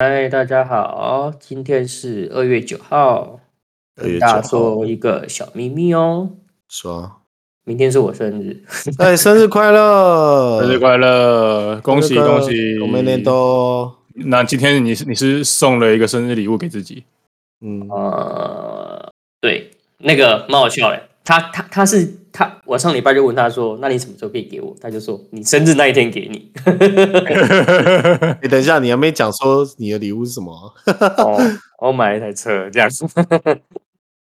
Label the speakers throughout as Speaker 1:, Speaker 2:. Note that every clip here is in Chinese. Speaker 1: 嗨，大家好，今天是二月九号，
Speaker 2: 二月九
Speaker 1: 跟大
Speaker 2: 号
Speaker 1: 家说一个小秘密哦。
Speaker 2: 说，
Speaker 1: 明天是我生日，
Speaker 2: 哎，生日快乐！
Speaker 3: 生日快乐，恭喜呃恭喜！
Speaker 2: 我们那都，
Speaker 3: 那今天你是你是送了一个生日礼物给自 己，
Speaker 2: 嗯，
Speaker 1: 呃，对，那个蛮好笑的。他他他是他，我上礼拜就问他说，那你什么时候可以给我？他就说你生日那一天给你。
Speaker 2: 你哎等一下，你还没讲说你的礼物是什么？
Speaker 1: 哦，我买了一台车这样子。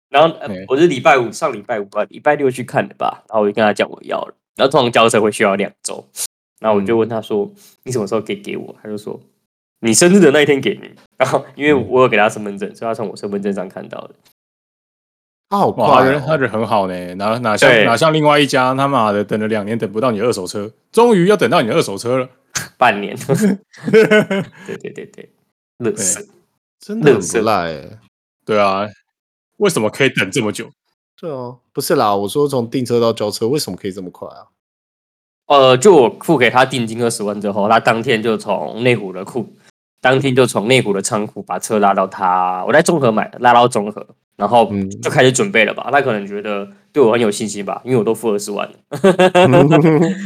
Speaker 1: 然后、呃
Speaker 3: 对
Speaker 1: 我是礼拜五，上礼拜五吧，礼拜六去看的吧。然后我就跟他讲我要了。然后通常交车会需要两周，然后我就问他说：“你什么时候可以给我？”他就说：“你生日的那一天给你。”然后因为我有给他身份证，所以他从我身份证上看到的。
Speaker 2: 他好
Speaker 3: 哇，他
Speaker 2: 快
Speaker 3: 人他
Speaker 2: 哦！
Speaker 3: 人很好呢，哪哪像
Speaker 1: 对
Speaker 3: 哪像另外一家他妈的等了两年等不到你的二手车，终于要等到你的二手车了。
Speaker 1: 半年， 对对对对，乐死！
Speaker 2: 真的很
Speaker 1: 乐
Speaker 2: 不
Speaker 1: 色
Speaker 2: 赖欸。
Speaker 3: 对啊，为什么可以等这么久？
Speaker 2: 对哦，不是啦，我说从订车到交车，为什么可以这么快 啊？
Speaker 1: 呃，就我付给他定金二十万之后，他当天就从内湖的库，当天就从内湖的仓库把车拉到他，我在中和买的，拉到中和，然后
Speaker 2: 嗯
Speaker 1: 就开始准备了吧。他可能觉得对我很有信心吧，因为我都付二十万了，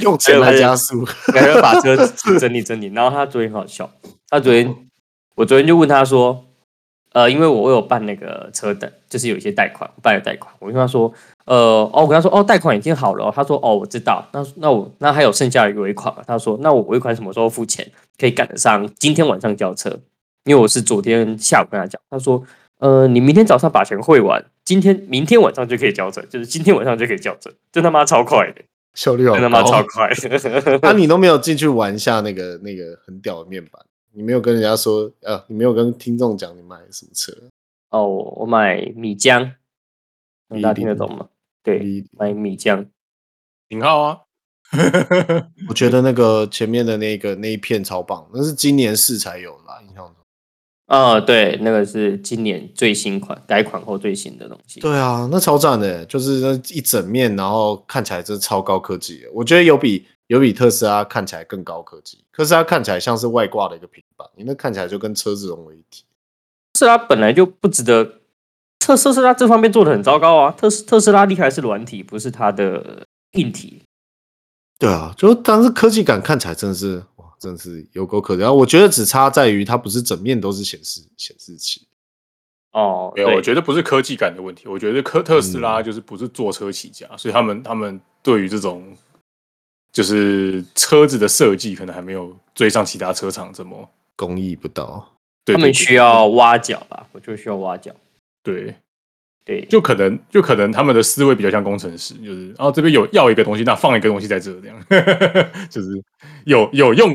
Speaker 2: 用钱来加速，
Speaker 1: 然后把车整理整理。然后他昨天很好笑，他昨天我昨天就问他说，呃，因为我有办那个车贷，就是有一些贷款，我办了贷款，我就跟他说，呃，哦，我跟他说，哦，贷款已经好了哦、他说，哦，我知道，那那我那还有剩下的尾款嘛，他说，那我尾款什么时候付钱，可以赶得上今天晚上交车，因为我是昨天下午跟他讲，他说，呃，你明天早上把钱汇完，今天明天晚上就可以交车，就是今天晚上就可以交车，真他妈超快的，
Speaker 2: 效率好
Speaker 1: 真他妈
Speaker 2: 高
Speaker 1: 超快的，
Speaker 2: 那、啊你都没有进去玩一下那个那个很屌的面板，你没有跟人家说，呃，你没有跟听众讲你买什么车，
Speaker 1: 哦，我买米浆，大家听得懂吗？对，
Speaker 2: 你
Speaker 1: 买米浆。
Speaker 3: 零号啊，
Speaker 2: 我觉得那个前面的那个那一片超棒，那是今年四才有的啦，印象中。
Speaker 1: 哦，对，那个是今年最新款，改款后最新的东西。
Speaker 2: 对啊，那超赞的，就是那一整面，然后看起来真的超高科技的。我觉得有比有比特斯拉看起来更高科技，特斯拉看起来像是外挂的一个平板，你那看起来就跟车子融为一体。
Speaker 1: 特斯拉本来就不值得，特特斯拉这方面做的很糟糕啊。特斯特斯拉厉害是软体，不是它的硬体。
Speaker 2: 对啊，就是当时科技感看起来真的是哇，真的是有够可然后我觉得只差在于它不是整面都是显示显示器，
Speaker 1: 哦，
Speaker 3: 没有，
Speaker 1: 对嗯
Speaker 3: 我觉得不是科技感的问题，我觉得科特斯拉就是不是坐车起家，所以他们他们对于这种就是车子的设计，可能还没有追上其他车厂这么
Speaker 2: 工艺不到。
Speaker 3: 对
Speaker 1: 他
Speaker 3: 对
Speaker 1: 们需要挖角吧，我就需要挖角。
Speaker 3: 对，
Speaker 1: 对，
Speaker 3: 就可能就可能他们的思维比较像工程师，就是哦这边有要一个东西，那放一个东西在这这样， 就是有有用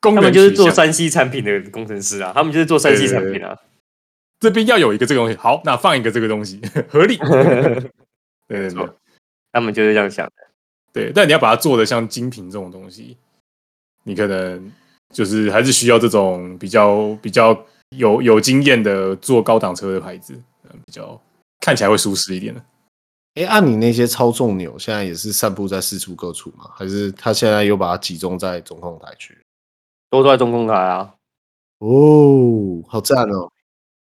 Speaker 3: 功
Speaker 1: 他
Speaker 3: 能
Speaker 1: 们就是
Speaker 3: 取
Speaker 1: 做
Speaker 3: 向
Speaker 1: 三 C 产品的工程师啊，他们就是做三 C 产品啊。
Speaker 3: 这边要有一个这个东西，好，那放一个这个东西 合 理，对对
Speaker 1: 没
Speaker 3: 对
Speaker 1: 错他们就是这样想的。
Speaker 3: 对，但你要把它做的像精品这种东西，你可能就是还是需要这种比较比较有有经验的做高档车的牌子，嗯比较看起来会舒适一点的。
Speaker 2: 哎，按、你那些操纵钮，现在也是散布在四处各处吗？还是它现在又把它集中在中控台区？
Speaker 1: 都坐在中控台啊，
Speaker 2: 哦，好赞哦！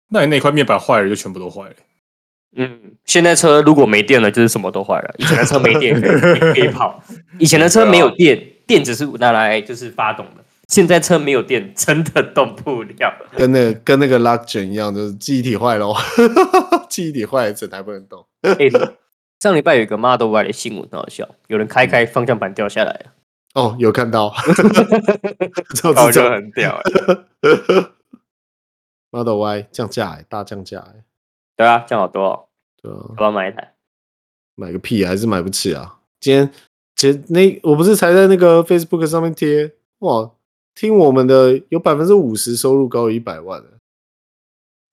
Speaker 3: 那你那块面板坏了，就全部都坏了。
Speaker 1: 嗯，现在车如果没电了，就是什么都坏了。以前的车没 电可以可以跑，以前的车没有电，
Speaker 3: 啊
Speaker 1: 电只是拿来就是发动的。现在车没有电，真的动 不了。
Speaker 2: 跟那个跟那个 Lock 卷一样，就是记忆体坏喽， 记忆体坏了，整台不能动。
Speaker 1: 哎，上礼拜有一个 Model Y 的新闻很好笑，有人开开方向盘掉下来了，
Speaker 2: 哦，有看 到，超
Speaker 1: 然后
Speaker 2: 智
Speaker 1: 就
Speaker 2: 障
Speaker 1: 很屌欸。
Speaker 2: Model Y 降价、欸，大降价、欸，
Speaker 1: 对啊，这样好多哦，
Speaker 2: 对啊
Speaker 1: 要。不要买一台？
Speaker 2: 买个屁、啊，还是买不起啊！今天前那我不是才在那个 Facebook 上面贴哇，听我们的有百分之五十收入高于一百万的，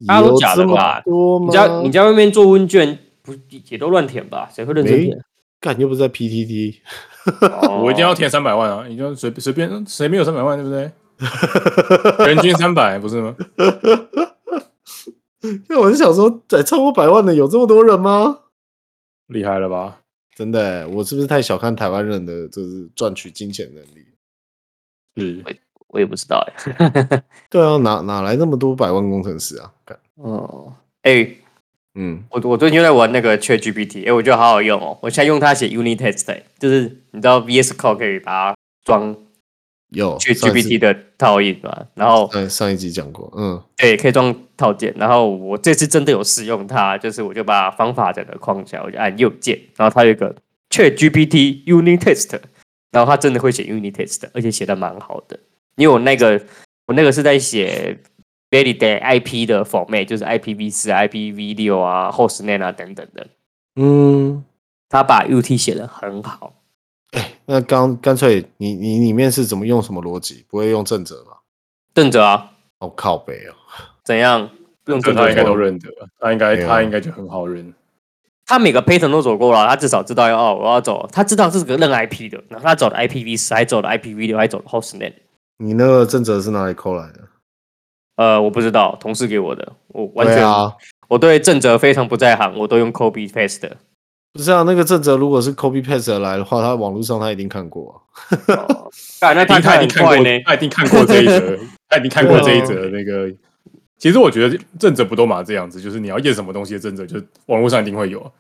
Speaker 1: 大家啊都
Speaker 2: 有
Speaker 1: 假的
Speaker 2: 这么
Speaker 1: 吧
Speaker 2: 多吗？
Speaker 1: 你在你在外面做问卷，不也都乱填吧？谁会认真
Speaker 2: 没
Speaker 1: 填？哦
Speaker 2: 干又不是在 PTT，
Speaker 3: 我一定要填三百万啊！你就随随便谁没有三百万，对不对？ 人均三百不是吗？
Speaker 2: 那我就想说，在超过百万的有这么多人吗？
Speaker 3: 厉害了吧？
Speaker 2: 真的欸、我是不是太小看台湾人的就是赚取金钱能力？
Speaker 3: 是
Speaker 1: 我也不知道哎、
Speaker 2: 对啊，哪哪来那么多百万工程师啊？干
Speaker 1: 哦，哎、
Speaker 2: 嗯，
Speaker 1: 我我最近又在玩那个 Chat GPT，哎、我觉得好好用哦。我现在用它写 Unit Test，、哎，就是你知道 VS Code 可以把它装
Speaker 2: 有
Speaker 1: Chat
Speaker 2: 上一集
Speaker 1: GPT 的套印嘛，然后
Speaker 2: 嗯，上一集讲过，嗯，
Speaker 1: 对，可以装套件。然后我这次真的有试用它，就是我就把方法整个框起来，我就按右键，然后它有一个 Chat GPT Unit Test，然后它真的会写 Unit Test，而且写的蛮好的。因为我那个我那个是在写 Validate IP 的 format，就是 IPv 四、IPv 六啊、Hostname 啊等等的。
Speaker 2: 嗯，
Speaker 1: 他把 UT 写的很好，
Speaker 2: 那刚干脆你你里面是怎么用什么逻辑？不会用正则吧？
Speaker 1: 正着啊，
Speaker 2: 哦靠北哦，
Speaker 1: 怎样用
Speaker 3: 这
Speaker 1: 正
Speaker 3: 他
Speaker 1: 着
Speaker 3: 应该
Speaker 1: 做
Speaker 3: 都？认得，他应该
Speaker 2: 没有
Speaker 3: 他应该就很好认。
Speaker 1: 他每个 pattern 都走过了，他至少知道要哦，我要走，他知道这是个认 IP 的，然后他走的 IPv 十，还走的 IPv 六，还走的 hostnet。
Speaker 2: 你那个正则是哪里抠来的？
Speaker 1: 呃，我不知道，同事给我的，我完
Speaker 2: 对
Speaker 1: 全，
Speaker 2: 啊，
Speaker 1: 我对正则非常不在行，我都用 copy paste 的。
Speaker 2: 不是啊，那个正则如果是 copy paste 的来的话，他网络上他一定看过啊。
Speaker 1: 哦干那
Speaker 3: 一定
Speaker 1: 他
Speaker 3: 他已
Speaker 1: 很
Speaker 3: 经看
Speaker 1: 快
Speaker 3: 过
Speaker 1: 呢，，啊
Speaker 3: 他一定看过这一 则，他已经看过这一则那个。其实我觉得正则不都嘛这样子，就是你要验什么东西的正则，就是网络上一定会有。啊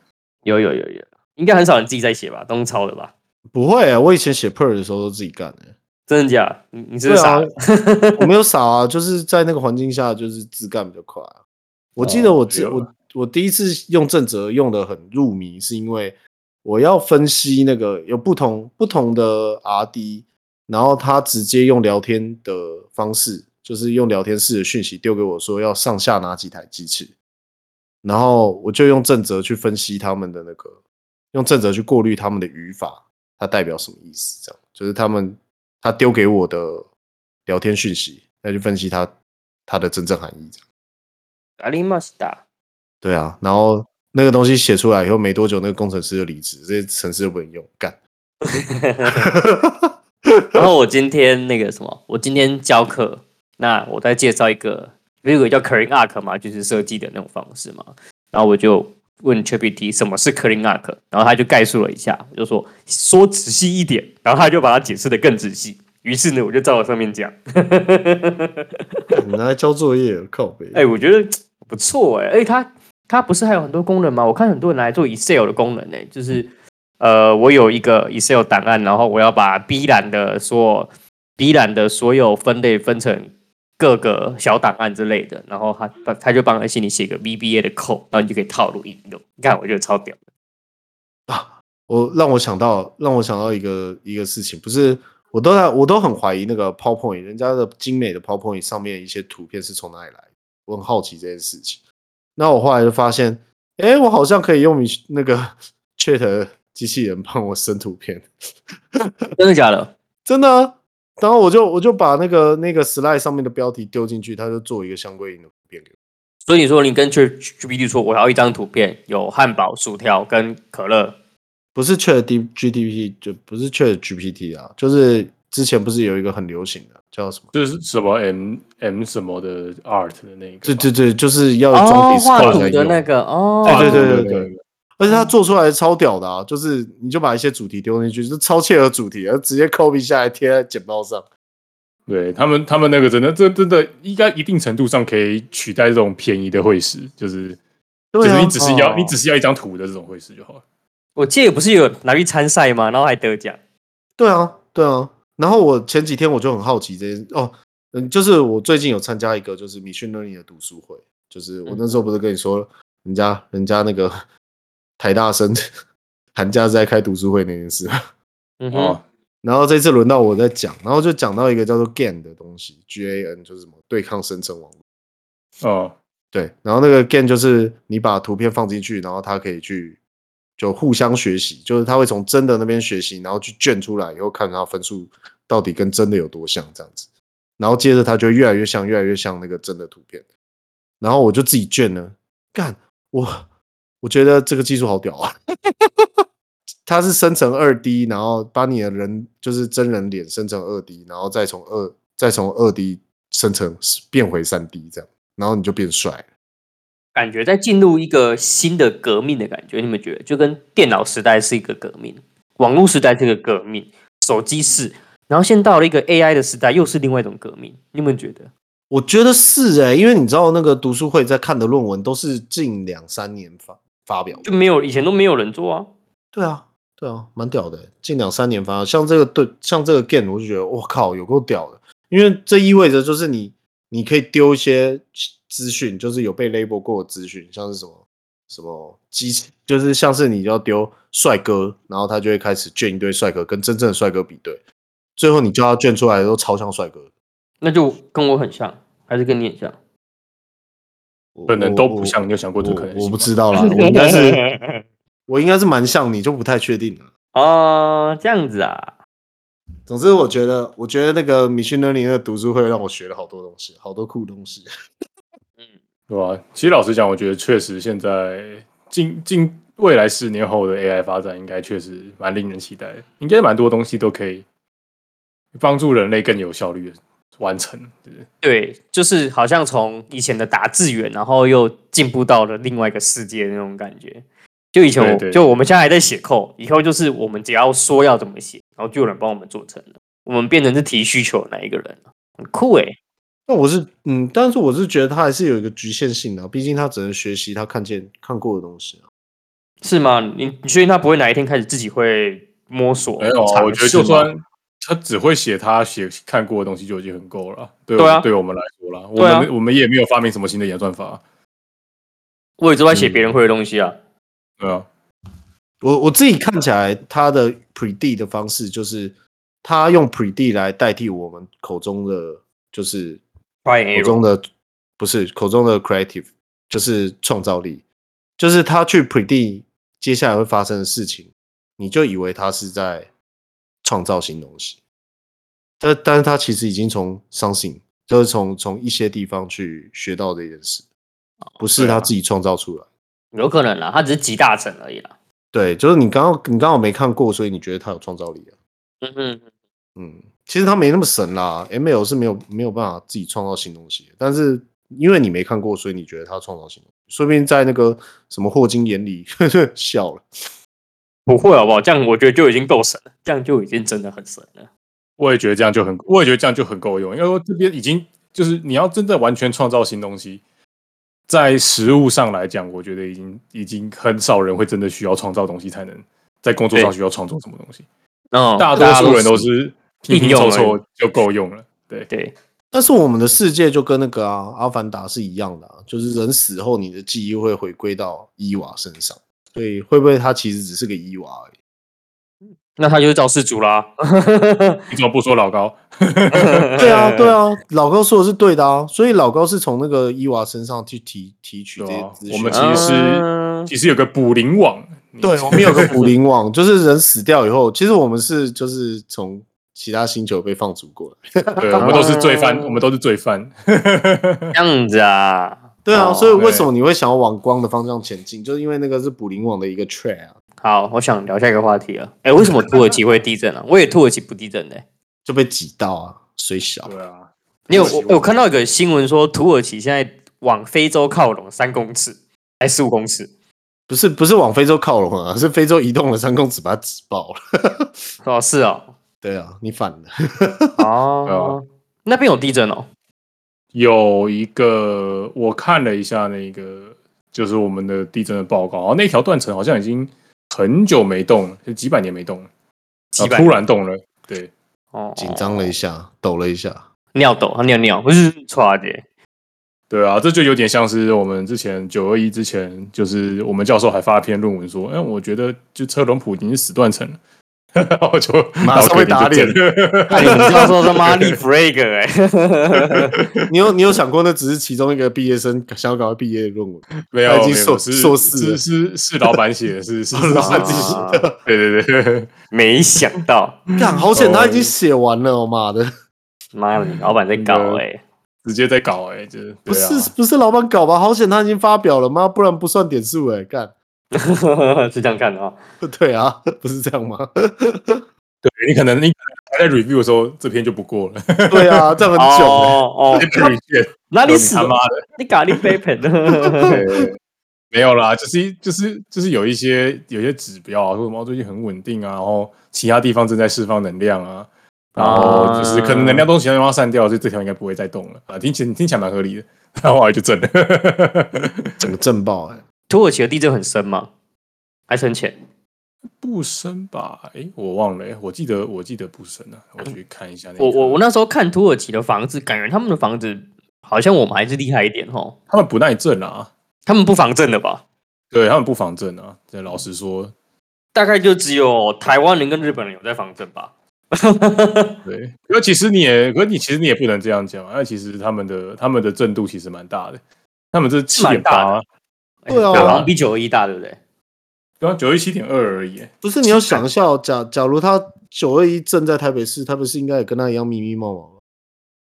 Speaker 1: 有有有有，应该很少人自己在写吧，东抄的吧？
Speaker 2: 不会啊，我以前写 Perl 的时候都自己干的、
Speaker 1: 真的假的？你你是不
Speaker 2: 对
Speaker 1: 是傻
Speaker 2: 啊
Speaker 1: 了？，
Speaker 2: 我没有傻啊，就是在那个环境下，就是自干比较快啊。我记得
Speaker 3: 哦
Speaker 2: 我自、
Speaker 3: 有
Speaker 2: 我我第一次用正则用的很入迷，是因为我要分析那个有不同不同的 R D，然后他直接用聊天的方式，就是用聊天室的讯息丢给我说要上下哪几台机器，然后我就用正则去分析他们的那个，用正则去过滤他们的语法，它代表什么意思？这样就是他们他丢给我的聊天讯息，再去分析它它的真正含义。这样
Speaker 1: 阿里玛斯达，
Speaker 2: 对啊，然后那个东西写出来以后没多久，那个工程师就离职，这些程式就不能用，干。
Speaker 1: 然后我今天那个什么，我今天教课，那我在介绍一个，有一个叫 Clean Arc 嘛，就是设计的那种方式嘛。然后我就问 ChatGPT 什么是 Clean Arc，然后他就概述了一下，我就说说仔细一点，然后他就把它解释的更仔细。于是呢，我就照着上面讲。
Speaker 2: 你拿来交作业，靠背。
Speaker 1: 哎、我觉得不错哎、哎、它它不是还有很多功能吗？我看很多人拿来做 Excel 的功能呢、就是呃，我有一个 Excel 档案，然后我要把 B 栏的所有 B 栏的所有分类分成各个小档案之类的，然后它它它就帮你心里写一个 VBA 的 code，然后你就可以套路应用。你看，我觉得超屌的。
Speaker 2: 我让我想到，让我想到一个一个事情，不是我都在，我都很怀疑那个 PowerPoint，人家的精美的 PowerPoint 上面一些图片是从哪里来的，我很好奇这件事情。那我后来就发现，哎，我好像可以用你那个 Chat 机器人帮我生图片，
Speaker 1: 真的假的？
Speaker 2: 真的啊、然后我就我就把那个那个 slide 上面的标题丢进去，它就做一个相对应的图片给我。
Speaker 1: 所以你说你跟 ChatGPT 说我要一张图片，有汉堡、薯条跟可乐，
Speaker 2: 不是 Chat D GTP 就不是 Chat GPT 啊，就是之前不是有一个很流行的叫什么？
Speaker 3: 就是什么 M M 什么的 art 的那个，
Speaker 2: 对对对，就是要装
Speaker 1: 哦，画
Speaker 2: Discord
Speaker 1: 图
Speaker 2: 才
Speaker 1: 的
Speaker 2: 用。
Speaker 1: 那个哦，
Speaker 2: 哎对对
Speaker 3: 对
Speaker 2: 而且它做出来超屌的啊，就是你就把一些主题丢进去，就超切合主题，然后直接 copy 下来贴在简报上。
Speaker 3: 对他们他们那个真的这真的应该一定程度上可以取代这种便宜的会师，就是、就
Speaker 2: 对啊
Speaker 3: 是你只是要、
Speaker 1: 哦
Speaker 3: 你只是要一张图的这种会师就好了。
Speaker 1: 我记得不是有拿去参赛吗？然后还得奖。
Speaker 2: 对啊，对啊。然后我前几天我就很好奇这件哦，嗯，就是我最近有参加一个就是米训那里的读书会，就是
Speaker 1: 嗯
Speaker 2: 我那时候不是跟你说，人家人家那个 台大生 寒假是在开读书会那件事吗，
Speaker 1: 嗯
Speaker 3: 哦，
Speaker 2: 然后这次轮到我在讲，然后就讲到一个叫做 GAN 的东西，G A N 就是什么对抗生成网络。
Speaker 3: 哦，
Speaker 2: 对，然后那个 GAN 就是你把图片放进去，然后它可以去就互相学习，就是它会从真的那边学习，然后去卷出来以后看它分数到底跟真的有多像这样子。然后接着它就越来越像，越来越像那个真的图片。然后我就自己卷了，干我，我觉得这个技术好屌啊！ 它是生成二 D，然后把你的人就是真人脸生成二 D，然后再从二再从二 D 生成变回三 D 这样，然后你就变帅了。
Speaker 1: 感觉在进入一个新的革命的感觉，你们觉得？就跟电脑时代是一个革命，网络时代是一个革命，手机是，然后现在到了一个 AI 的时代，又是另外一种革命。你们觉得？
Speaker 2: 我觉得是哎、因为你知道那个读书会在看的论文都是近两三年发发表的
Speaker 1: 就。没有以前都没有人做啊。
Speaker 2: 对啊，对啊，蛮屌的欸。近两三年发表，像这个对，像这个 game，我就觉得我靠，有够屌的。因为这意味着就是你，你可以丢一些资讯，就是有被 label 过的资讯，像是什么什么机，就是像是你要丢帅哥，然后他就会开始卷一堆帅哥，跟真正的帅哥比对，最后你叫他卷出来的都超像帅哥的，
Speaker 1: 那就跟我很像，还是跟你很像？
Speaker 2: 我
Speaker 3: 可能
Speaker 2: 我
Speaker 3: 都不
Speaker 2: 我
Speaker 3: 像，你有想过这个可能性
Speaker 2: 我
Speaker 3: 吗
Speaker 2: 我不知道 啦，我应该是我应该是蛮像你，就不太确定了。
Speaker 1: 哦，这样子啊，
Speaker 2: 总之，我觉得，我觉得那个米训那里的读书会让我学了好多东西，好多酷东西。
Speaker 3: 对吧、其实老实讲，我觉得确实现在近近未来十年后的 AI 发展，应该确实蛮令人期待的，应该蛮多东西都可以帮助人类更有效率的完成。就是
Speaker 1: 对，就是好像从以前的打字员，然后又进步到了另外一个世界那种感觉。就以前我
Speaker 3: 对对
Speaker 1: 就我们现在还在写扣，以后就是我们只要说要怎么写，然后就有人帮我们做成了，我们变成是提需求的那一个人了，很酷欸
Speaker 2: 那
Speaker 1: 诶、
Speaker 2: 我是，嗯，但是我是觉得它还是有一个局限性的啊、毕竟它只能学习它看见看过的东西啊。
Speaker 1: 是吗？你你确定他不会哪一天开始自己会摸索？
Speaker 3: 没有啊，
Speaker 1: 尝
Speaker 3: 我觉得
Speaker 1: 试
Speaker 3: 就
Speaker 1: 吗
Speaker 3: 算他只会写他写看过的东西就已经很够了啊。对
Speaker 1: 对啊
Speaker 3: 我对我们来说啦，我
Speaker 1: 对啊
Speaker 3: 们我们也没有发明什么新的演算法，
Speaker 1: 我也都在
Speaker 3: 嗯
Speaker 1: 写别人会的东西啊。
Speaker 3: 对啊，
Speaker 2: 我我自己看起来，它的 predict 的方式就是它用 predict 来代替我们口中的，就是
Speaker 1: 快
Speaker 2: 口中的不是口中的 creative，就是创造力，就是他去 predict 接下来会发生的事情，你就以为他是在创造新东西，但但是他其实已经从 something，就是从从一些地方去学到这件事，不是
Speaker 3: 对啊
Speaker 2: 他自己创造出来。
Speaker 1: 有可能啦，他只是集大成而已啦。
Speaker 2: 对，就是你刚刚你刚好没看过，所以你觉得他有创造力啊？
Speaker 1: 嗯嗯，
Speaker 2: 嗯，其实他没那么神啦，ML 是没有没有办法自己创造新东西的，但是因为你没看过，所以你觉得他创造新东西，说不定在那个什么霍金眼里 笑了。
Speaker 1: 不会好不好？这样我觉得就已经够神了，这样就已经真的很神了。
Speaker 3: 我也觉得这样就很，我也觉得这样就很够用，因为我这边已经就是你要真的完全创造新东西，在实物上来讲，我觉得已经已经很少人会真的需要创造东西才能在工作上
Speaker 1: 对
Speaker 3: 需要创造什么东西，
Speaker 1: 嗯，
Speaker 3: 哦大多数人都是拼拼凑凑就够用了。对，
Speaker 1: 对，
Speaker 2: 但是我们的世界就跟那个啊《阿凡达》是一样的、啊，就是人死后你的记忆会回归到伊娃身上，所以会不会他其实只是个伊娃而已？
Speaker 1: 那他就是肇事主啦。
Speaker 3: 你怎么不说老高？
Speaker 2: 对
Speaker 1: 对
Speaker 2: 啊，对，啊，老高说的是对的啊，所以老高是从那个伊娃身上去提提取这
Speaker 3: 对
Speaker 2: 些
Speaker 3: 啊
Speaker 2: 资
Speaker 3: 我
Speaker 2: 讯
Speaker 3: 们
Speaker 2: 啊。
Speaker 3: 其实是
Speaker 1: 嗯
Speaker 3: 其实有个捕灵网，你
Speaker 2: 对，我们有 个捕灵网，就是人死掉以后，其实我们是就是从其他星球被放逐过来。
Speaker 3: 对，我们都是罪犯，
Speaker 1: 嗯
Speaker 3: 我们都是罪犯。
Speaker 1: 这样子啊。
Speaker 2: 对啊，
Speaker 1: 哦
Speaker 2: 所以为什么你会想要往光的方向前进？就是因为那个是捕灵网的一个 track 啊，
Speaker 1: 好，我想聊下一个话题了。哎，为什么土耳其会地震啊？ 我也土耳其不地震的、
Speaker 2: 就被挤到啊，水小。
Speaker 3: 对啊，
Speaker 1: 你有
Speaker 3: 土耳
Speaker 1: 我
Speaker 3: 其
Speaker 1: 我看到一个新闻说，土耳其现在往非洲靠拢三公尺，还十五公尺，
Speaker 2: 不是不是往非洲靠拢啊，是 非洲移动了三公尺把它挤爆了。
Speaker 1: 哦，是哦，
Speaker 2: 对啊，你反了。
Speaker 3: 啊
Speaker 1: 哦，那边有地震哦，
Speaker 3: 有一个我看了一下那个，就是我们的地震的报告，好哦像那条断层好像已经很久没动了，就几百年没动了，
Speaker 1: 几
Speaker 3: 然
Speaker 1: 百
Speaker 3: 后突然动了，对，
Speaker 1: 哦，
Speaker 2: 紧张了一下，抖了一下。
Speaker 1: 尿斗，他尿尿，不是唰的，
Speaker 3: 对啊，这就有点像是我们之前九二一之前，就是我们教授还发篇论文说，哎，我觉得就车轮普已经是死断层了，然后就
Speaker 2: 马上被打脸，
Speaker 3: 然后就震了
Speaker 1: 哎， 你教授他妈 立 flag 哎、
Speaker 2: 你有你有想过，那只是其中一个毕业生想要赶快毕业的论文，
Speaker 3: 没有，
Speaker 2: 他已经
Speaker 3: 没有
Speaker 2: 硕
Speaker 3: 是
Speaker 2: 硕士了
Speaker 3: 是是是老板写的，是是是
Speaker 2: 然后他自
Speaker 3: 是
Speaker 2: 己
Speaker 3: 是
Speaker 2: 写 的。
Speaker 3: 对对对。
Speaker 1: 没想到，哦
Speaker 2: 干，好险他已经写完了，我妈的。
Speaker 1: 妈的，你老板在搞哎、
Speaker 3: 直接在搞哎、就是
Speaker 2: 不
Speaker 3: 对啊
Speaker 2: 是不是老板搞吧？好险他已经发表了吗？不然不算点数哎、干，
Speaker 1: 是这样看的啊、
Speaker 2: 对啊， 不是这样吗？
Speaker 3: 对你可能你可能还在 review 的时候，这篇就不过了，
Speaker 2: 对啊，这样很囧、欸。
Speaker 1: 哦哦，
Speaker 3: review
Speaker 1: 哪里死
Speaker 3: 他妈的，
Speaker 1: 你咖喱杯 盆？
Speaker 3: 对，没有啦，就是一就是就是有一些有一些指标啊，说什么最近很稳定啊，然后其他地方正在释放能量啊，然后
Speaker 1: 啊
Speaker 3: 就是可能能量都从其他地方散掉了，所以这条应该不会再动了啊，听起听起来蛮合理的，然后后来就震了，
Speaker 2: 整个震爆哎、
Speaker 1: 土耳其的地震很深吗？还是很浅？
Speaker 3: 不深吧？诶，我忘了、诶我记得我记得不深啊，我去看一下那个
Speaker 1: 我我我那时候看土耳其的房子，感觉他们的房子好像我们还是厉害一点哦。
Speaker 3: 他们不耐震啊，
Speaker 1: 他们不防震的吧？
Speaker 3: 对他们不防震啊，这老实说，
Speaker 1: 大概就只有台湾人跟日本人有在防震吧。
Speaker 3: 对，可其实你也，可你其实你也不能这样讲啊，因为其实他们的他们的震度其实蛮大的，他们这七点
Speaker 1: 蛮大
Speaker 3: 八
Speaker 1: 的，
Speaker 2: 对啊
Speaker 1: 哎好像比九二一大，对不对？
Speaker 3: 对啊，九一七点二而已。
Speaker 2: 不是你要想一下、哦，假假如他九二一震在台北市，台北市应该也跟他一样迷迷茫茫吧。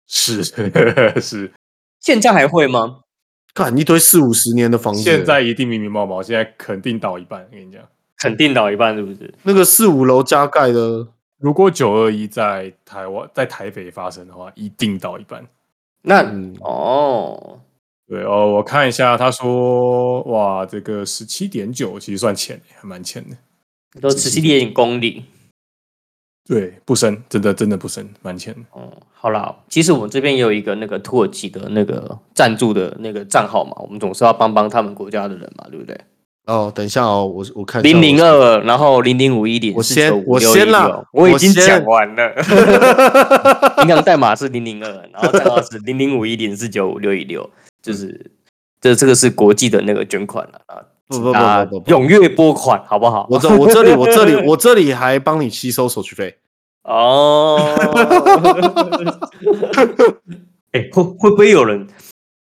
Speaker 3: 是 是，
Speaker 1: 现在还会吗？
Speaker 2: 看一堆四五十年的房子、欸
Speaker 3: 现在一定迷迷毛毛，现在肯定倒一半。跟你讲，
Speaker 1: 肯定倒一半，是不是？
Speaker 2: 那个四五楼加盖的，
Speaker 3: 如果九二一在台湾在台北发生的话，一定倒一半。
Speaker 1: 那、
Speaker 2: 嗯，
Speaker 1: 哦，
Speaker 3: 对哦，我看一下，他说哇，这个十七点九其实算浅，还蛮浅的。
Speaker 1: 都仔细点公里。
Speaker 3: 对，不深，真的真的不深，蛮浅的。
Speaker 1: 哦、好啦，其实我们这边也有一个那个土耳其的那个赞助的那个账号嘛，我们总是要帮帮他们国家的人嘛，对不对？
Speaker 2: 哦，等一下哦，我我看一下我
Speaker 1: 零零二，然后零零五一点，
Speaker 2: 我先我先啦
Speaker 1: 我已经
Speaker 2: 我先
Speaker 1: 讲完了。 银行代码是零零二，然后账号是零零五一点四九五六一六，就是这这个是国际的那个捐款了啊，
Speaker 2: 不不不
Speaker 1: 大
Speaker 2: 不
Speaker 1: 家
Speaker 2: 不不，
Speaker 1: 踊跃拨款好不好？
Speaker 2: 我这我这里我这里我这里还帮你吸收手续费。
Speaker 1: 哦， 哎、会会不会有人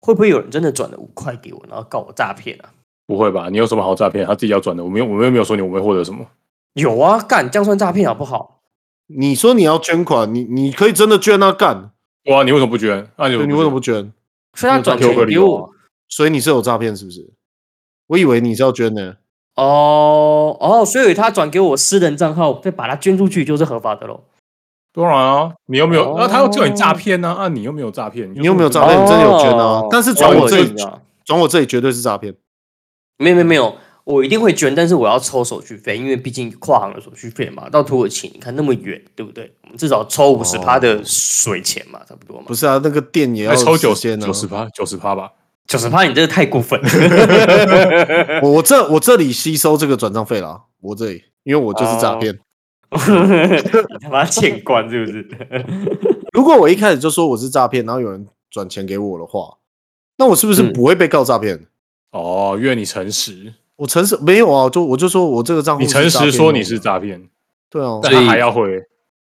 Speaker 1: 会不会有人真的转了五块给我，然后告我诈骗啊？
Speaker 3: 不会吧？你有什么好诈骗？他自己要转的，我们又我们又没有说你我们会获得什么。
Speaker 1: 有啊，干这样算诈骗好不好？
Speaker 2: 你说你要捐款，你你可以真的捐啊，干，
Speaker 3: 哇，你为什么不捐？啊，你
Speaker 2: 对你为什么不捐？
Speaker 1: 所以他转
Speaker 3: 有个
Speaker 1: 钱
Speaker 3: 理
Speaker 1: 给
Speaker 3: 由啊
Speaker 1: 我，
Speaker 2: 所以你是有诈骗是不是？我以为你是要捐呢。
Speaker 1: 哦哦，所以他转给我私人账号，再把它捐出去就是合法的喽。
Speaker 3: 当然啊，你又没有，
Speaker 1: 哦
Speaker 3: 那、他又叫你诈骗呢？啊，你又没有诈骗，
Speaker 2: 你又没有诈
Speaker 3: 骗
Speaker 2: 骗，你真的有捐啊
Speaker 1: 哦？
Speaker 2: 但是转
Speaker 3: 我
Speaker 2: 我这
Speaker 1: 有
Speaker 2: 里
Speaker 1: 捐啊，
Speaker 2: 转我这里绝对是诈骗。
Speaker 1: 没有没有没有，我一定会捐，但是我要抽手续费，因为毕竟跨行的手续费嘛。到土耳其你看那么远，对不对？我们至少抽五十趴的水钱嘛，差不多嘛
Speaker 2: 不。是啊，那个店也要
Speaker 3: 还抽九
Speaker 2: 时间啊呢
Speaker 3: 九。十趴，九十趴吧。
Speaker 1: 九十趴，你这个太过分了。
Speaker 2: 我我这我这里吸收这个转账费啦，我这里，因为我就是诈
Speaker 3: 哦
Speaker 2: 骗。
Speaker 1: 你他妈欠关是不是？
Speaker 2: 如果我一开始就说我是诈骗，然后有人转钱给我的话，那我是不是
Speaker 1: 嗯
Speaker 2: 不会被告诈骗？
Speaker 3: 哦，因为你诚实，
Speaker 2: 我诚实没有啊，就我就说我这个账户
Speaker 3: 你
Speaker 2: 哦是
Speaker 3: 诚
Speaker 2: 诈骗
Speaker 3: 实说
Speaker 2: 用
Speaker 3: 你
Speaker 2: 的
Speaker 3: 是，诈骗，
Speaker 2: 对啊，
Speaker 3: 但
Speaker 1: 所以
Speaker 3: 他还要回。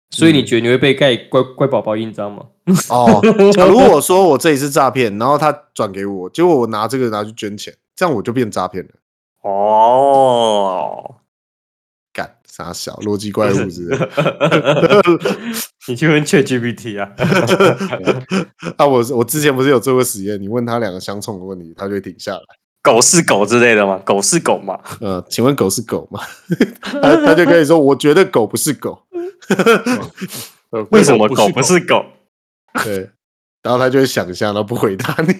Speaker 1: 所以你觉得你会被盖乖乖宝宝印章吗？
Speaker 2: 哦，假如我说我这里是诈骗，然后他转给我，结果我拿这个拿去捐钱，这样我就变诈骗了。
Speaker 1: 哦，
Speaker 2: 干傻小逻辑怪物是不是？
Speaker 1: 你去问 ChatGPT 啊？
Speaker 2: 啊，我我之前不是有做过实验？你问他两个相冲的问题，他就会停下来。
Speaker 1: 狗是狗之类的吗？狗是狗嘛？
Speaker 2: 呃，请问狗是狗吗？ 他他就可以说，我觉得狗不是狗。
Speaker 3: 呃
Speaker 1: 为什么狗不？是狗？
Speaker 2: 对，然后他就会想一下，然后不回答你。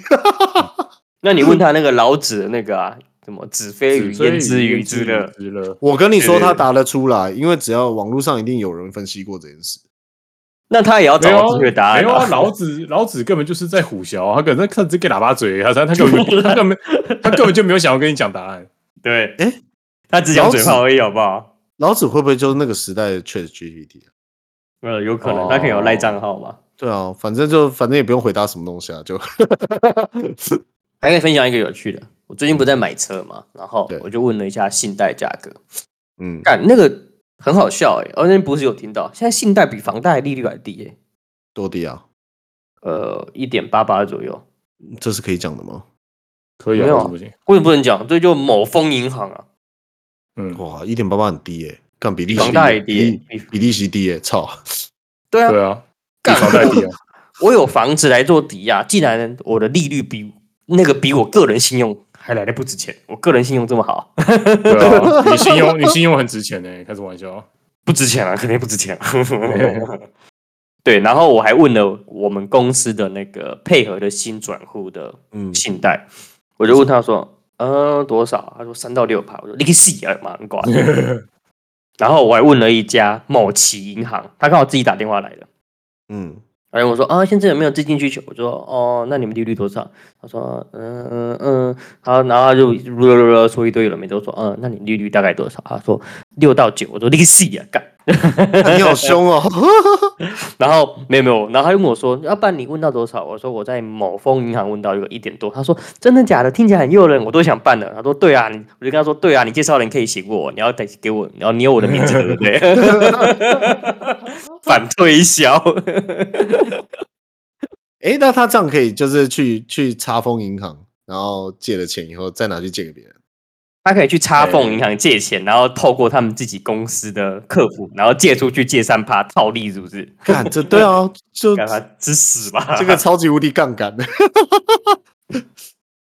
Speaker 1: 那你问他那个老子的那个啊，什么子非鱼、
Speaker 3: 所以
Speaker 1: 焉知鱼之乐？
Speaker 3: 之乐。
Speaker 2: 我跟你说，
Speaker 3: 对对
Speaker 2: 他答得出来，因为只要网络上一定有人分析过这件事。
Speaker 1: 那他也要
Speaker 3: 没
Speaker 1: 找
Speaker 3: 有
Speaker 1: 到
Speaker 3: 啊
Speaker 1: 正确答案、
Speaker 3: 没有啊！老子 老子根本就是在虎啸啊，他可能他只给喇叭嘴啊，他他根本 他根本他根本就没有想要跟你讲答案。
Speaker 1: 对，
Speaker 2: 诶
Speaker 1: 他只讲
Speaker 2: 老子
Speaker 1: 嘴炮而已，好不好？
Speaker 2: 老子会不会就是那个时代的 Chat GPT 啊？
Speaker 1: 呃，有可能，
Speaker 3: 哦
Speaker 1: 他可能有赖账号嘛。
Speaker 2: 对啊，反正就反正也不用回答什么东西啊，就
Speaker 1: 还可以分享一个有趣的，我最近不是在买车嘛，然后
Speaker 2: 对
Speaker 1: 我就问了一下信贷价格，
Speaker 2: 嗯，
Speaker 1: 干那个很好笑哎、欸，而且不是有听到，现在信贷比房贷利率还低哎、
Speaker 2: 多低啊，
Speaker 1: 呃，一点八八左右。
Speaker 2: 这是可以讲的吗？
Speaker 3: 可以啊，
Speaker 1: 没有啊
Speaker 3: 为什么不行？
Speaker 1: 为什么不能讲？这就某丰银行啊，
Speaker 3: 嗯，
Speaker 2: 哇，一点八八很低耶、干比利
Speaker 1: 比
Speaker 2: 息
Speaker 1: 房贷还低、
Speaker 2: 比
Speaker 1: 欸。比
Speaker 2: 比利息低耶、操！
Speaker 1: 对啊，
Speaker 3: 对啊，
Speaker 1: 干
Speaker 3: 少代替啊，
Speaker 1: 我有房子来做抵押，既然我的利率比那个比我个人信用还来的不值钱，我个人信用这么好，
Speaker 3: 对啊， 你信用你信用很值钱呢、开什么玩笑？
Speaker 1: 不值钱啊， 肯定不值钱、啊。对，然后我还问了我们公司的那个配合的新转户的
Speaker 2: 嗯，
Speaker 1: 信贷，我就问他说，呃，多少？他说三到六趴。我说你个死啊，妈很乖。然后我还问了一家某企银行，他刚好自己打电话来的，
Speaker 2: 嗯，
Speaker 1: 然后我说啊，现在有没有资金需求？我说哦，那你们利率多少？他说嗯嗯嗯，好，然后他就说一堆有的没的，我说嗯，那你利率大概多少？他说六到九，我说你个死啊，干。
Speaker 2: 你好凶 哦，
Speaker 1: 然后没有没有，然后他就问我说，要不然你问到多少？我说我在某丰银行问到一个一点多。他说真的假的？听起来很诱人，我都想办了。他说对啊，你我就跟他说对啊，你介绍人可以写过我，你要得给我，然后你有我的名字对不对？ 反推销，
Speaker 2: 哎、那他这样可以就是去去查封银行，然后借了钱以后再拿去借给别人。
Speaker 1: 他可以去插缝银行借钱，然后透过他们自己公司的客服，然后借出去借三趴套利，是不是？
Speaker 2: 看，这对 啊，就
Speaker 1: 让他吃屎吧！
Speaker 2: 这个超级无敌杠杆的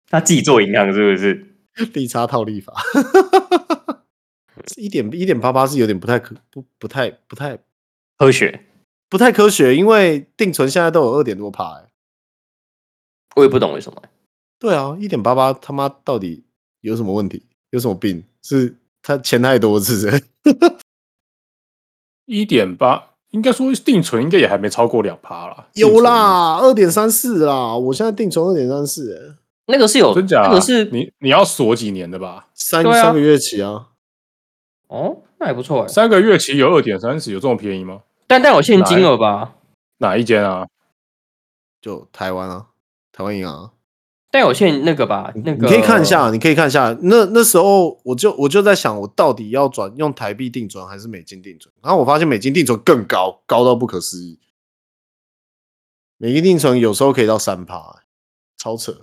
Speaker 1: 他自己做银行是不是？
Speaker 2: 利差套利法，一点一点八八是有点不太可不不太不太
Speaker 1: 科学，
Speaker 2: 不太科学，因为定存现在都有二点多趴、欸。
Speaker 1: 我也不懂为什么。
Speaker 2: 对啊，一点八八他妈到底有什么问题？有什么病？是他钱太多是不是？
Speaker 3: 一点八，应该说定存应该也还没超过两趴啦。
Speaker 2: 有
Speaker 1: 哦
Speaker 2: 啦，二点三四啦，我现在定存二点三四，欸
Speaker 1: 那个是
Speaker 3: 定
Speaker 1: 有，
Speaker 3: 存，真假？
Speaker 1: 那个是
Speaker 3: 你你要锁几年的吧？
Speaker 2: 三、
Speaker 1: 对啊
Speaker 2: 三个月起啊。
Speaker 1: 哦，那还不错哎。
Speaker 3: 三个月期有二点三十，有这么便宜吗？
Speaker 1: 但但有现金额吧？
Speaker 3: 哪一间啊？
Speaker 2: 就台湾啊，台湾银行、啊，
Speaker 1: 但有现那个吧？那个
Speaker 2: 你可以看一下，你可以看一下。啊那那时候我就我就在想，我到底要转用台币定存还是美金定存？然后我发现美金定存更高，高到不可思议。美金定存有时候可以到三趴、欸超扯。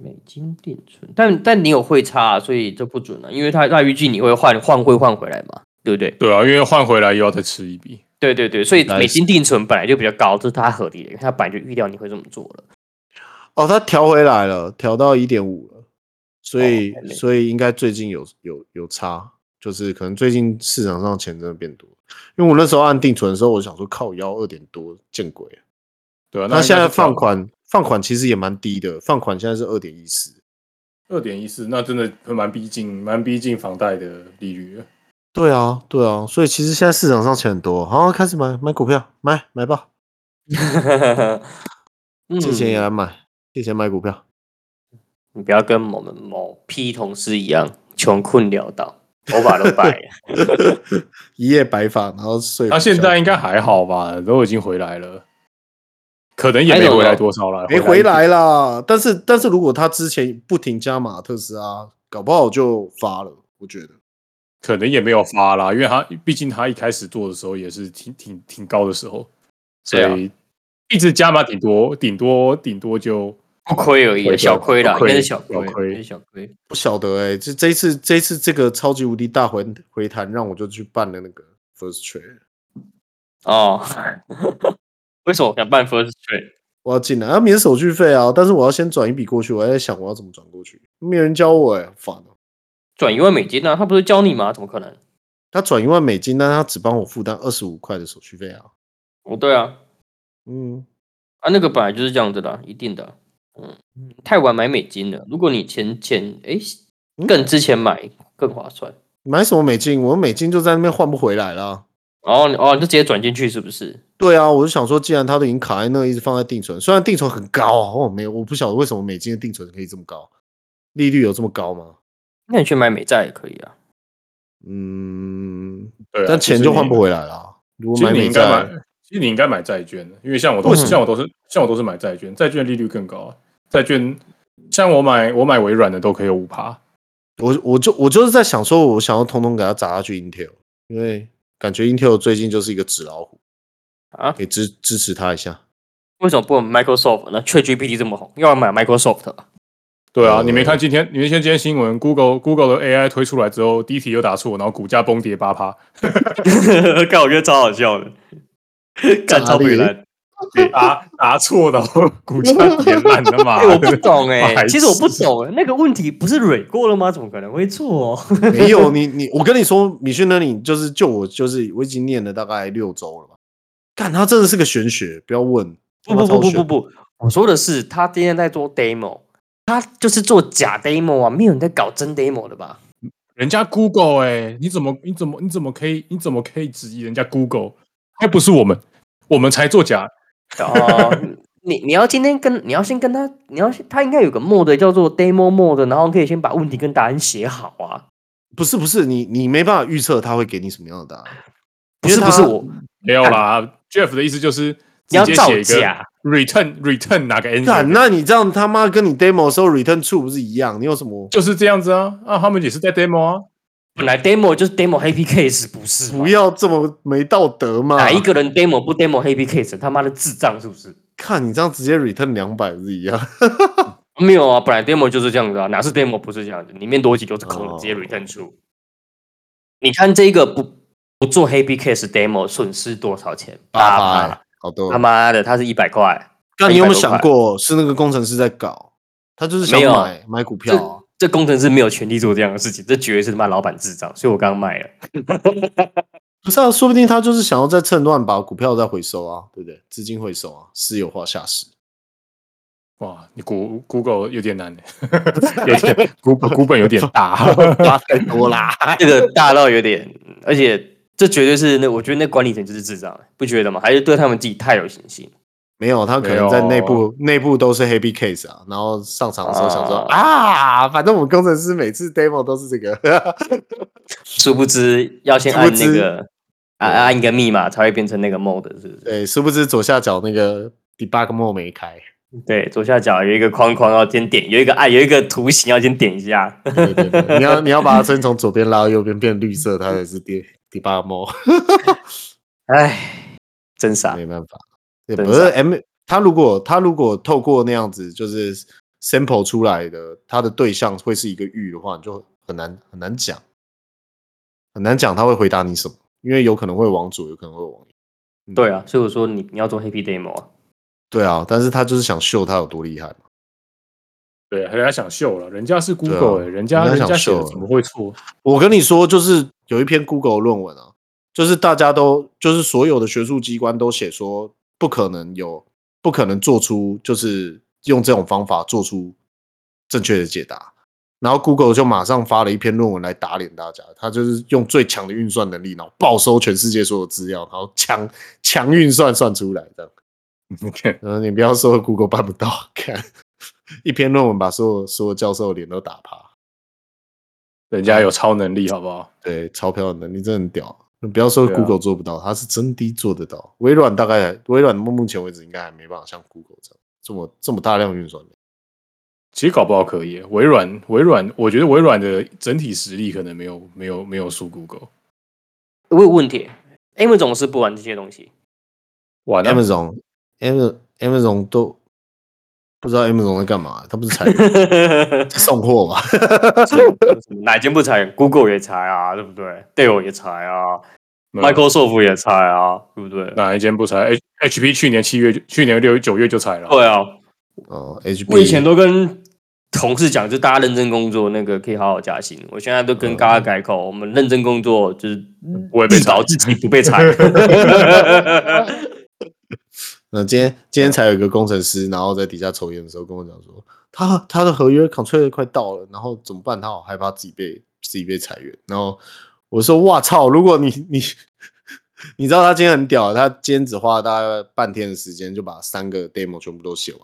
Speaker 1: 美金定存，但但你有汇差啊、所以这不准了、因为他他预计你会换换汇换回来嘛，对不对？
Speaker 3: 对啊，因为换回来又要再吃一笔。
Speaker 1: 对对对，所以
Speaker 2: 来
Speaker 1: 美金定存本来就比较高，这是它合理的，因为它本来就预料你会这么做了。
Speaker 2: 哦，它调回来了，调到一点五了，所以、
Speaker 1: 太累了
Speaker 2: 所以应该最近有有有差，就是可能最近市场上钱真的变多。因为我那时候按定存的时候，我想说靠腰二点多，见鬼！
Speaker 3: 对啊，
Speaker 2: 那现在放
Speaker 3: 款
Speaker 2: 款放款其实也蛮低的，放款现在是二点一四。
Speaker 3: 二点一四，那真的蛮逼近，蛮逼近房贷的利率了。
Speaker 2: 对啊，对啊，所以其实现在市场上钱很多，好，开始买买股票，买买吧，
Speaker 1: 嗯
Speaker 2: 借钱也来买，借钱买股票。
Speaker 1: 你不要跟我们某 P 同事一样穷困潦倒，头发都白了。
Speaker 2: 一夜白发，然后睡。
Speaker 3: 他、现在应该还好吧？都已经回来了，可能也没回来多少了，
Speaker 2: 没回
Speaker 3: 一
Speaker 2: 来啦。但是，但是如果他之前不停加码特斯拉，搞不好就发了。我觉得，
Speaker 3: 点，可能也没有发啦，因为他毕竟他一开始做的时候也是挺挺挺高的时候，所
Speaker 1: 对啊
Speaker 3: 以一直加码，顶多顶多顶多就
Speaker 1: 不亏而已，啊
Speaker 3: 亏
Speaker 1: 小亏啦，
Speaker 3: 小
Speaker 1: 应
Speaker 3: 亏
Speaker 1: 该是小亏，
Speaker 3: 小亏
Speaker 1: 应该是小亏。
Speaker 2: 不晓得哎、这这一次，这一次这个超级无敌大回回弹，让我就去办了那个 first trade，
Speaker 1: 哦， 为什么我想办 first trade？
Speaker 2: 我要进来，要免手续费啊，但是我要先转一笔过去，我还在想我要怎么转过去，没有人教我哎、好烦哦、
Speaker 1: 转一万美金呢、啊？他不是教你吗？怎么可能？
Speaker 2: 他转一万美金，但他只帮我负担二十五块的手续费啊。
Speaker 1: 哦，对啊，
Speaker 2: 嗯，
Speaker 1: 啊，那个本来就是这样子的啊，一定的。嗯，太晚买美金了。如果你前前哎
Speaker 2: 嗯
Speaker 1: 更之前买更划算。
Speaker 2: 买什么美金？我美金就在那边换不回来啦。
Speaker 1: 然后你哦，你就直接转进去是不是？
Speaker 2: 对啊，我就想说，既然它都已经卡在那，一直放在定存，虽然定存很高啊，我没有，我不晓得为什么美金的定存可以这么高，利率有这么高吗？
Speaker 1: 那你去买美债也可以啊。
Speaker 2: 嗯，
Speaker 3: 对、啊，
Speaker 2: 但钱就换不
Speaker 3: 回。
Speaker 2: 回来了。如
Speaker 3: 其
Speaker 2: 果买
Speaker 3: 实你
Speaker 2: 美
Speaker 3: 应该买
Speaker 2: 债，，
Speaker 3: 其实你应该买债券的，因为像我都是、
Speaker 2: 为什么
Speaker 3: 像我都是像我都是买债券，债券利率更高啊。债券像我买我买微软的都可以有五趴，
Speaker 2: 我我就我就是在想说，我想要通通给它砸下去 Intel，因为感觉 Intel 最近就是一个纸老虎，
Speaker 1: 啊
Speaker 2: 可以支支持它一下。
Speaker 1: 为什么不买 Microsoft 呢？确 GPT 这么红，要买 Microsoft 吧？
Speaker 3: 对啊，
Speaker 2: 呃
Speaker 3: 你没看今天，你没看今天新闻，Google Google 的 AI 推出来之后，第一题又答错，然后股价 崩跌八趴。
Speaker 1: 看我觉得超好笑的，
Speaker 2: 干超北蓝，
Speaker 3: 给答答错的，然后 股价跌烂的嘛
Speaker 1: 哎、。 我不懂哎、
Speaker 3: 白痴
Speaker 1: 其实我不懂那个问题不是蕊过了吗？怎么可能会错、哦？
Speaker 2: 没有你你，我跟你说，米训呢，你就是就我就是我已经念了大概六周了吧。干，他真的是个玄学，不要问。
Speaker 1: 不不不不不
Speaker 2: 不，
Speaker 1: 不，我说的是他今天在做 demo，他就是做假 demo 啊，没有人在搞真 demo 的吧？
Speaker 3: 人家 Google 哎、你怎么你怎么你怎么可以你怎么可以质疑人家 Google？还不是我们，我们才作假。
Speaker 1: 哦， 你你要今天跟你要先跟他，你要先他应该有个 mode 叫做 demo mode，然后可以先把问题跟答案写好啊。
Speaker 2: 不是不是，你你没办法预测他会给你什么样的答案。
Speaker 1: 不是
Speaker 2: 因为
Speaker 1: 不
Speaker 2: 他
Speaker 1: 是我，
Speaker 3: 没有
Speaker 2: 啊
Speaker 3: 啦，Jeff 的意思就是
Speaker 1: 你要
Speaker 3: 直接写一
Speaker 1: 造
Speaker 3: 个
Speaker 1: 假
Speaker 3: return return 哪个 answer，
Speaker 2: 干，啊那你这样他妈跟你 demo 的时候 return true 不是一样？你有什么？
Speaker 3: 就是这样子啊啊，他们也是在 demo 啊，
Speaker 1: 本来 demo 就是 demo happy case，不是吗
Speaker 2: 不要啊这么没道德嘛！
Speaker 1: 哪一个人 demo 不 demo happy case，他妈的智障是不是？
Speaker 2: 看你这样直接 return 两百不是一样？
Speaker 1: 没有啊，本来 demo 就是这样子啊，哪是 demo 不是这样子？里面逻辑都是空的，
Speaker 2: 哦
Speaker 1: 直接 return 出。你看这个不不做 happy case demo 损失多少钱？八
Speaker 2: 百，好多
Speaker 1: 他。妈的，它是一百块，
Speaker 2: 那你有没有
Speaker 1: 100多
Speaker 2: 想
Speaker 1: 块？
Speaker 2: 过是那个工程师在搞？他就是想
Speaker 1: 没有
Speaker 2: 买买股票啊、
Speaker 1: 这工程师没有权利做这样的事情，这绝对是他妈老板智障，所以我刚刚卖了。
Speaker 2: 不是啊，说不定他就是想要再趁乱把股票再回收啊，对不对？资金回收啊，私有化下 市。
Speaker 3: 哇，你股 Google 有点难欸， 有点股股本有点 大，
Speaker 2: 花太多啦。
Speaker 1: 这个大到有点，而且这绝对是那，我觉得那管理层就是智障，不觉得吗？还是对他们自己太有信心。
Speaker 2: 没有，他可能在内部内部都是 happy case 啊，然后上场的时候想说啊，反正我们工程师每次 demo 都是这个，
Speaker 1: 殊不知要先按
Speaker 2: 殊不
Speaker 1: 那
Speaker 2: 知
Speaker 1: 个按按一个密码才会变成那个 mode，是不是？
Speaker 2: 对，殊不知左下角那个 debug mode 没开，
Speaker 1: 对，左下角有一个框框要先点，有一个按，有一个图形要先点一下。
Speaker 2: 对对对，你要你要把它先从左边拉到右边变绿色，它才是 de debug mode，
Speaker 1: 唉，真傻。
Speaker 2: 没办法，对，
Speaker 1: 真
Speaker 2: 不是
Speaker 1: 傻
Speaker 2: M，他如果他如果透过那样子就是 sample 出来的，他的对象会是一个玉的话，你就很难很难讲，很难讲他会回答你什么，因为有可能会往左，有可能会往右。嗯
Speaker 1: 对啊，所以我说你你要做 Happy Demo 啊，
Speaker 2: 对啊，但是他就是想秀他有多厉害嘛。
Speaker 3: 对，人家想秀了，人家是
Speaker 2: 啊
Speaker 3: Google 哎、人家
Speaker 2: 人家
Speaker 3: 人
Speaker 2: 想
Speaker 3: 家写
Speaker 2: 秀
Speaker 3: 的
Speaker 2: 了
Speaker 3: 怎么会错？
Speaker 2: 我跟你说，就是有一篇 Google 论文啊，就是大家都就是所有的学术机关都写说，不可能有不可能做出就是用这种方法做出正确的解答。然后 Google 就马上发了一篇论文来打脸大家，他就是用最强的运算能力，然后暴收全世界所有资料，然后强强运算算出来这样。
Speaker 3: 你看
Speaker 2: 然后你不要说 Google 办不到， 看一篇论文把所有所有教授的脸都打趴。
Speaker 3: 人家有超能力好不好？
Speaker 2: 对，钞票的能力真的很屌。你不要说
Speaker 3: 对啊
Speaker 2: Google 做不到，它是真的做得到。微软大概，微软目目前为止应该还没办法像 Google 这样这么这么大量运算的。
Speaker 3: 其实搞不好可以欸、微软微软，我觉得微软的整体实力可能没有没有没有输 Google。
Speaker 1: 我有问题。M 总是不玩这些 东西，
Speaker 3: 哇，那
Speaker 2: Amazon Amazon Amazon 都不知道 Amazon 在干嘛，它不是裁员 送货吧？
Speaker 1: 哪间不裁员？Google 也裁啊，对不对？Dell 也裁啊
Speaker 3: 那
Speaker 1: ，Microsoft 也裁啊，对不对？
Speaker 3: 哪一间不裁？H HP 去年七月就，去年六九月就裁了。
Speaker 1: 对啊，
Speaker 2: 哦，HP
Speaker 1: 我以前都跟同事讲，就大家认真工作，那个可以好好加薪。我现在都跟大家改口，
Speaker 2: 嗯
Speaker 1: 我们认真工作就是
Speaker 3: 我也被
Speaker 1: 自
Speaker 3: 裁
Speaker 1: 保自己不 被裁。
Speaker 2: 那今天今
Speaker 1: 啊
Speaker 2: 天才有一个工程师，然后在底下抽烟的时候跟我讲说，他他的合约 contract 快到了，然后怎么办？他好害怕自己被自己被裁员。然后我说，哇操！如果你你 你知道他今天很屌，啊他今天只花了大概半天的时间就把三个 demo 全部都写完。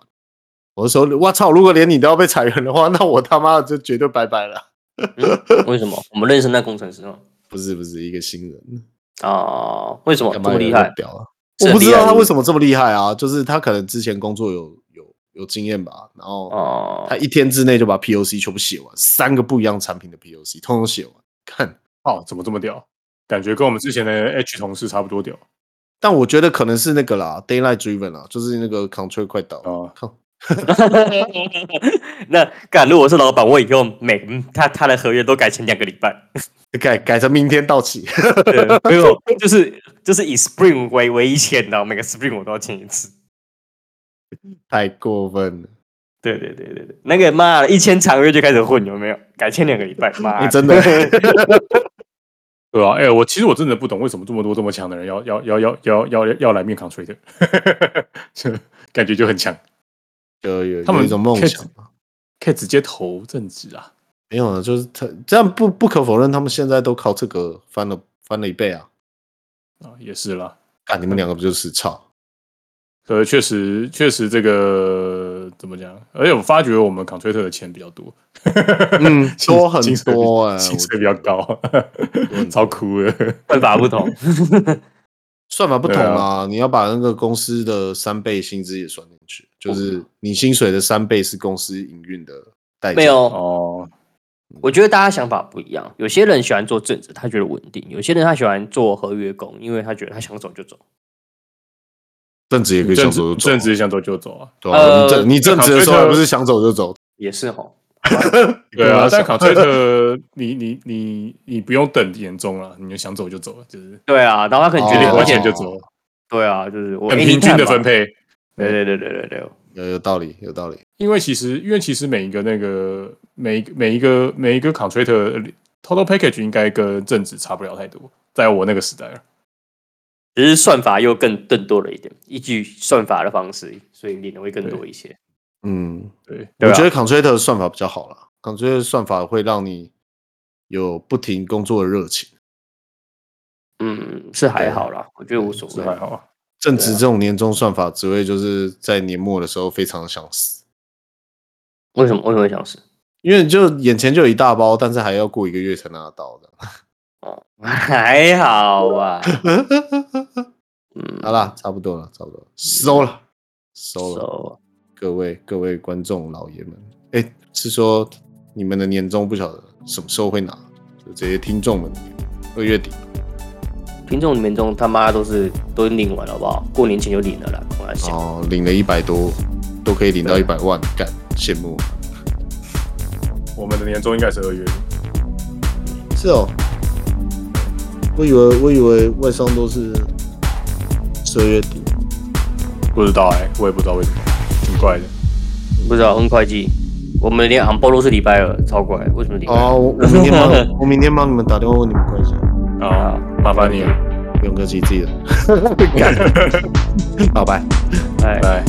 Speaker 2: 我就说，哇操！如果连你都要被裁员的话，那我他妈的就绝对拜拜了。
Speaker 1: 为什么？我们认识那工程师吗？
Speaker 2: 不是不是，一个新人，
Speaker 1: 啊、为什么这
Speaker 2: 干嘛
Speaker 1: 么厉
Speaker 2: 有人
Speaker 1: 害
Speaker 2: 那？屌啊！
Speaker 1: 是
Speaker 2: 我
Speaker 1: 很
Speaker 2: 不知道他为
Speaker 1: 厉
Speaker 2: 什么这么厉害啊，就是他可能之前工作有有有经验吧，然后
Speaker 1: 害哦、
Speaker 2: 他一天之内就把 POC 全部写完，三个不一样产品的 POC 通通写完。看，
Speaker 3: 哦，怎么这么屌？感觉跟我们之前的 H 同事差不多屌
Speaker 2: 但我觉得可能是那个啦，daylight driven 啦，就是那个 control 快倒。
Speaker 3: 啊！
Speaker 2: 靠，
Speaker 1: 那干，如果是老板，我以后每嗯他他的合约都改成两个礼拜，
Speaker 2: 改改成明天到期。
Speaker 1: 对没有，就是就是以 Spring 为为一签的，每个 Spring 我都要签一次。
Speaker 2: 太过分了，
Speaker 1: 对对对对对，那个妈的，一签长约就开始混，有没有？改签两个礼拜，
Speaker 3: 哎
Speaker 1: 妈
Speaker 2: 你
Speaker 1: 的，
Speaker 2: 欸 真的
Speaker 3: 对吧、啊？哎、我其实我真的不懂为什么这么多这么强的人要要要要要要要来面扛 trader，就感觉就很强，
Speaker 2: 就有
Speaker 3: 他们
Speaker 2: 有一种梦
Speaker 3: 可以
Speaker 2: 想吧。
Speaker 3: 可以直接投正职啊。
Speaker 2: 没有啊，就是他这样不不可否认，他们现在都靠这个翻了翻了一倍啊！
Speaker 3: 啊，也是啦。
Speaker 2: 看你们两个不就是操？
Speaker 3: 呃，确实，确实，这个怎么讲？而且我发觉我们 contractor 的钱比较多，
Speaker 2: 嗯
Speaker 3: 薪
Speaker 2: 多很
Speaker 3: 薪水比
Speaker 2: 多哎
Speaker 3: 薪
Speaker 2: 我
Speaker 3: 水比较高
Speaker 2: 很，
Speaker 3: 超酷的。
Speaker 1: 办法不同。
Speaker 2: 算法不同
Speaker 3: 对啊
Speaker 2: 啊，你要把那个公司的三倍薪资也算进去，
Speaker 3: 哦
Speaker 2: 就是你薪水的三倍是公司营运的代价。
Speaker 1: 没有，
Speaker 3: 哦，
Speaker 1: 我觉得大家想法不一样。有些人喜欢做正职，他觉得稳定；有些人他喜欢做合约工，因为他觉得他想走就走。
Speaker 2: 正职也可以想
Speaker 3: 正
Speaker 2: 走
Speaker 3: 职
Speaker 2: 就走啊，
Speaker 3: 正职想走就走啊。
Speaker 2: 对啊，你正
Speaker 1: 呃
Speaker 2: 你正职的时候
Speaker 3: 这
Speaker 2: 还
Speaker 3: 个
Speaker 2: 不是想走就走？
Speaker 1: 也是哦吼，
Speaker 3: 对啊，但
Speaker 2: 考
Speaker 3: contractor 你你你你不用等年终了，你就想走就走了，就是
Speaker 1: 对啊，然后他可能决
Speaker 2: 哦
Speaker 1: 定，
Speaker 3: 领
Speaker 1: 而
Speaker 3: 完
Speaker 1: 且
Speaker 3: 钱就走，
Speaker 1: 对啊，就是我
Speaker 3: 很平均的分。
Speaker 1: 哎
Speaker 3: 配。
Speaker 1: 你看嘛对对对对对对，
Speaker 2: 有有道理，有道理。
Speaker 3: 因为其实，因为其实每一个那个每一个每一个每一个 contractor 呃 total package 应该跟正职差不了太多，在我那个时代啊
Speaker 1: 只是算法又更更多了一点，依据算法的方式，所以领的会更多一些。
Speaker 2: 嗯，
Speaker 3: 对，
Speaker 1: 对
Speaker 2: 我
Speaker 1: 啊
Speaker 2: 觉得 Contractor 算法比较好啦。Contractor 算法会让你有不停工作的热情。
Speaker 1: 嗯，是还好啦，我觉得无所
Speaker 3: 这
Speaker 1: 谓。
Speaker 3: 还好啊。
Speaker 2: 正值这种年终算法，只会就是在年末的时候非常想死，
Speaker 1: 为什么为什么会想死？
Speaker 2: 因为就眼前就有一大包，但是还要过一个月才拿得到的。
Speaker 1: 哦，还好 吧。嗯，
Speaker 2: 好啦，差不多了，差不多了，收了，收了，
Speaker 1: So，
Speaker 2: 各位各位观众老爷们，哎、是说你们的年终不晓得什么时候会拿，就这些听众们，二月底。
Speaker 1: 听众年终他妈都是都领完了好不好？过年前就领了啦，我来想。
Speaker 2: 哦，领了一百多，都可以领到一百万，干羡慕。啊
Speaker 3: 我们的年终应该是二月底，
Speaker 2: 是哦，我以为我以为外商都是十二月底，
Speaker 3: 不知道哎、我也不知道为什么，挺怪的。
Speaker 1: 不知道，问会计，我们连 on 都是礼拜二，超怪，为什么礼拜二？
Speaker 2: 哦，我我明天 帮，我明天帮你们打电话问你们会计，
Speaker 3: 啊，麻烦 你了，
Speaker 2: 不用客气，自己的。拜拜。
Speaker 1: 哎。
Speaker 3: 拜。